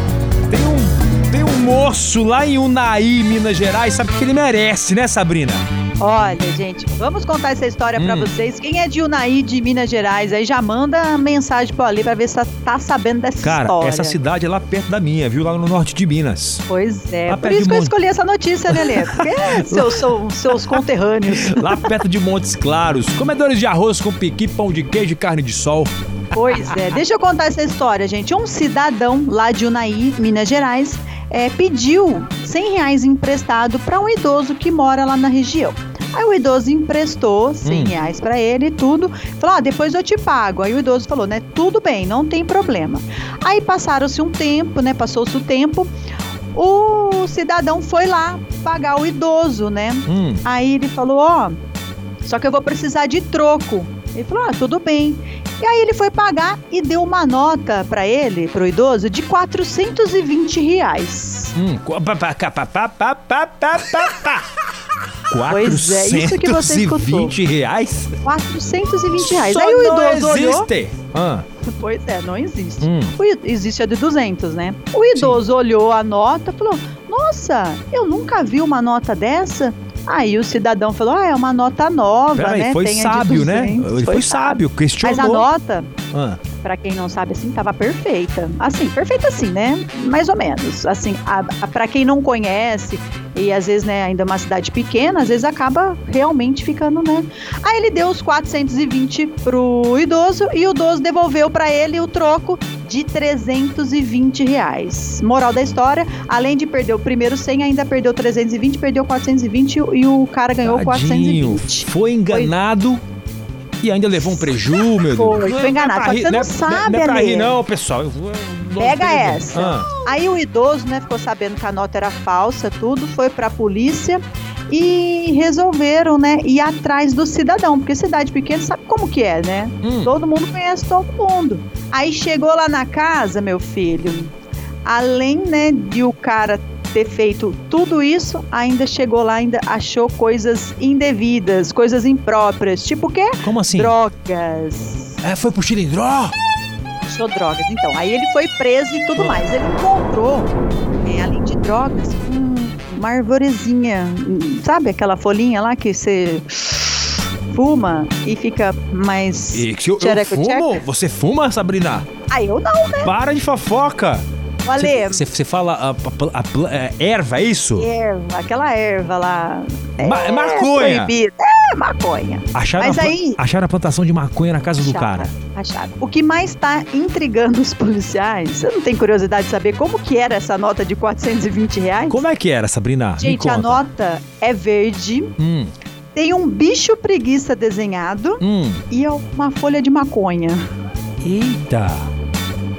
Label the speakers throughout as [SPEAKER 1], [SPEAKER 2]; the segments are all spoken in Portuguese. [SPEAKER 1] um, moço lá em Unai, Minas Gerais, sabe o que ele merece, né, Sabrina?
[SPEAKER 2] Olha, gente, vamos contar essa história
[SPEAKER 1] Hum.
[SPEAKER 2] pra vocês. Quem é de Unai de Minas Gerais aí já manda mensagem pro Ali pra ver se tá sabendo dessa
[SPEAKER 1] Cara,
[SPEAKER 2] história.
[SPEAKER 1] essa cidade é lá perto da minha, viu? Lá no norte de Minas.
[SPEAKER 2] Pois é,
[SPEAKER 1] Lá
[SPEAKER 2] por
[SPEAKER 1] perto
[SPEAKER 2] isso
[SPEAKER 1] de
[SPEAKER 2] que eu
[SPEAKER 1] Mon-
[SPEAKER 2] escolhi essa notícia, né, Lê? Porque é seus, são seus conterrâneos.
[SPEAKER 1] Lá perto de Montes Claros. Comedores de arroz com piqui, pão de queijo e carne de sol.
[SPEAKER 2] Pois é, deixa eu contar essa história, gente. Um cidadão lá de Unai, Minas Gerais, é, pediu 100 reais emprestado para um idoso que mora lá na região. Aí o idoso emprestou 100
[SPEAKER 1] Hum.
[SPEAKER 2] reais para ele e tudo. Falou, ah, depois eu te pago. Aí o idoso falou, né, tudo bem, não tem problema. Aí passaram-se um tempo, né, passou-se o tempo. O cidadão foi lá pagar o idoso, né?
[SPEAKER 1] Hum,
[SPEAKER 2] Aí ele falou, ó, só que eu vou precisar de troco. Ele falou, ah, tudo bem. E aí ele foi pagar e deu uma nota pra ele, pro idoso, de 420 reais.
[SPEAKER 1] hum. Qua- pa- pa- ca- pa- pa- pa- pa- pa- pa- pa.
[SPEAKER 2] Pois é, isso que você escutou.
[SPEAKER 1] 420 reais?
[SPEAKER 2] 420 reais.
[SPEAKER 1] Só
[SPEAKER 2] aí o
[SPEAKER 1] não
[SPEAKER 2] idoso olhou.
[SPEAKER 1] existe. Ah,
[SPEAKER 2] Pois é, não existe.
[SPEAKER 1] hum.
[SPEAKER 2] O i- Existe a de 200, né? O idoso olhou a nota e falou: Nossa, eu nunca vi uma nota dessa. Aí o cidadão falou: Ah, é uma nota nova,
[SPEAKER 1] Peraí,
[SPEAKER 2] né?
[SPEAKER 1] foi
[SPEAKER 2] Tem a de
[SPEAKER 1] sábio, né?
[SPEAKER 2] 200."
[SPEAKER 1] Ele foi, sábio, questionou.
[SPEAKER 2] Mas a nota
[SPEAKER 1] Ah,
[SPEAKER 2] Pra quem não sabe, assim, tava perfeita. Assim, perfeita assim, né? Mais ou menos. Assim, a, a- pra quem não conhece, e às vezes, né, ainda é uma cidade pequena, às vezes acaba realmente ficando, né? Aí ele deu os 420 pro idoso e o idoso devolveu pra ele o troco de 320 reais. Moral da história, além de perder o primeiro 100, ainda perdeu 320, perdeu 420 e o cara ganhou
[SPEAKER 1] tadinho,
[SPEAKER 2] 420.
[SPEAKER 1] Foi enganado e ainda levou um preju, meu Deus.
[SPEAKER 2] Foi, foi
[SPEAKER 1] Não é pra
[SPEAKER 2] enganado, só que
[SPEAKER 1] rir,
[SPEAKER 2] você não
[SPEAKER 1] é-
[SPEAKER 2] sabe,
[SPEAKER 1] Não é pra
[SPEAKER 2] Ale.
[SPEAKER 1] rir, não, pessoal. Eu vou- eu dou um
[SPEAKER 2] Pega
[SPEAKER 1] preju.
[SPEAKER 2] essa.
[SPEAKER 1] Ah,
[SPEAKER 2] Aí o idoso, né, ficou sabendo que a nota era falsa, tudo, foi pra polícia e resolveram, né, ir atrás do cidadão, porque cidade pequena sabe como que é, né?
[SPEAKER 1] hum.
[SPEAKER 2] Todo mundo conhece todo mundo. Aí chegou lá na casa, meu filho, além, né, de o cara ter feito tudo isso, ainda chegou lá, ainda achou coisas indevidas, coisas impróprias, tipo o quê?
[SPEAKER 1] Como assim?
[SPEAKER 2] Drogas.
[SPEAKER 1] É, foi pro Chilindró?
[SPEAKER 2] achou drogas. Então, aí ele foi preso e tudo mais. Ele encontrou, é, além de drogas, um- uma arvorezinha. hum, Sabe aquela folhinha lá que você fuma e fica mais.
[SPEAKER 1] E que eu, eu
[SPEAKER 2] Tchereco,
[SPEAKER 1] fumo?
[SPEAKER 2] tchereco.
[SPEAKER 1] Você fuma, Sabrina?
[SPEAKER 2] Ah, eu não,
[SPEAKER 1] Para de fofoca.
[SPEAKER 2] Ale.
[SPEAKER 1] Você você fala a, a- a pla- é, erva, é isso?
[SPEAKER 2] Erva, aquela erva lá.
[SPEAKER 1] Ma-
[SPEAKER 2] é
[SPEAKER 1] maconha.
[SPEAKER 2] Proibida. É maconha.
[SPEAKER 1] Acharam,
[SPEAKER 2] Mas
[SPEAKER 1] a, pla-
[SPEAKER 2] aí-
[SPEAKER 1] acharam a plantação de maconha na casa do
[SPEAKER 2] Acharam,
[SPEAKER 1] cara.
[SPEAKER 2] acharam. O que mais está intrigando os policiais, você não tem curiosidade de saber como que era essa nota de 420 reais?
[SPEAKER 1] Como é que era, Sabrina? Me
[SPEAKER 2] Gente, a
[SPEAKER 1] conta.
[SPEAKER 2] nota é verde,
[SPEAKER 1] Hum,
[SPEAKER 2] Tem um bicho preguiça desenhado
[SPEAKER 1] hum.
[SPEAKER 2] e é uma folha de maconha.
[SPEAKER 1] Eita!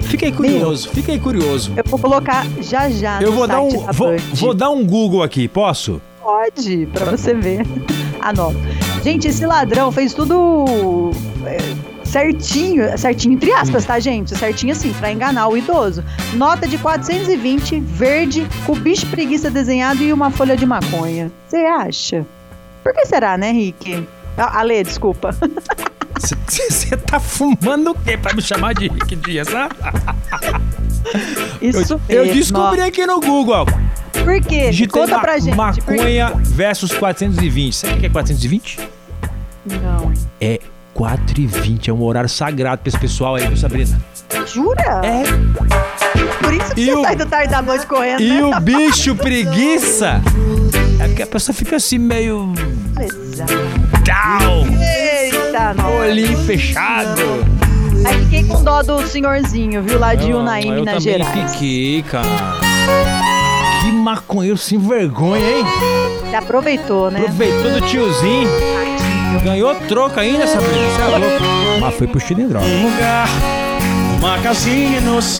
[SPEAKER 1] Fiquei curioso, fiquei curioso.
[SPEAKER 2] Eu vou colocar já já
[SPEAKER 1] Eu
[SPEAKER 2] no
[SPEAKER 1] vou dar
[SPEAKER 2] site
[SPEAKER 1] um.
[SPEAKER 2] da
[SPEAKER 1] Vou,
[SPEAKER 2] Band.
[SPEAKER 1] vou dar um Google aqui, posso?
[SPEAKER 2] Pode, pra você ver. Anota. Gente, esse ladrão fez tudo é, certinho, certinho entre aspas, tá, gente? Certinho assim, pra enganar o idoso. Nota de 420, verde, com bicho preguiça desenhado e uma folha de maconha. Você acha? Por que será, né, Rick? Ah, Ale, desculpa.
[SPEAKER 1] Você tá fumando o quê pra me chamar de Rick Dias? né? Eu,
[SPEAKER 2] Isso
[SPEAKER 1] eu
[SPEAKER 2] mesmo, ó.
[SPEAKER 1] descobri aqui no Google.
[SPEAKER 2] Por quê?
[SPEAKER 1] Digitei
[SPEAKER 2] Conta
[SPEAKER 1] ma-
[SPEAKER 2] pra gente. por quê?
[SPEAKER 1] maconha versus 420. Sabe o que é 420?
[SPEAKER 2] Não.
[SPEAKER 1] É 4h20. É um horário sagrado pra esse pessoal aí, viu, Sabrina?
[SPEAKER 2] Jura?
[SPEAKER 1] É.
[SPEAKER 2] Por isso que
[SPEAKER 1] E
[SPEAKER 2] você
[SPEAKER 1] o-
[SPEAKER 2] sai do tarde da noite correndo,
[SPEAKER 1] E
[SPEAKER 2] né?
[SPEAKER 1] o bicho preguiça? É porque a pessoa fica assim meio. down,
[SPEAKER 2] Eita, nossa.
[SPEAKER 1] olhinho fechado.
[SPEAKER 2] Aí fiquei com dó do senhorzinho, viu? Lá de Unai,
[SPEAKER 1] eu
[SPEAKER 2] Minas
[SPEAKER 1] também
[SPEAKER 2] Gerais.
[SPEAKER 1] fiquei, cara. Que maconheiro sem vergonha, hein?
[SPEAKER 2] Ele aproveitou, né?
[SPEAKER 1] Aproveitou do tiozinho. Ganhou troco ainda, Sabrina. Você é louco. Mas foi pro Chilindró.
[SPEAKER 3] lugar, uma casinha inocente.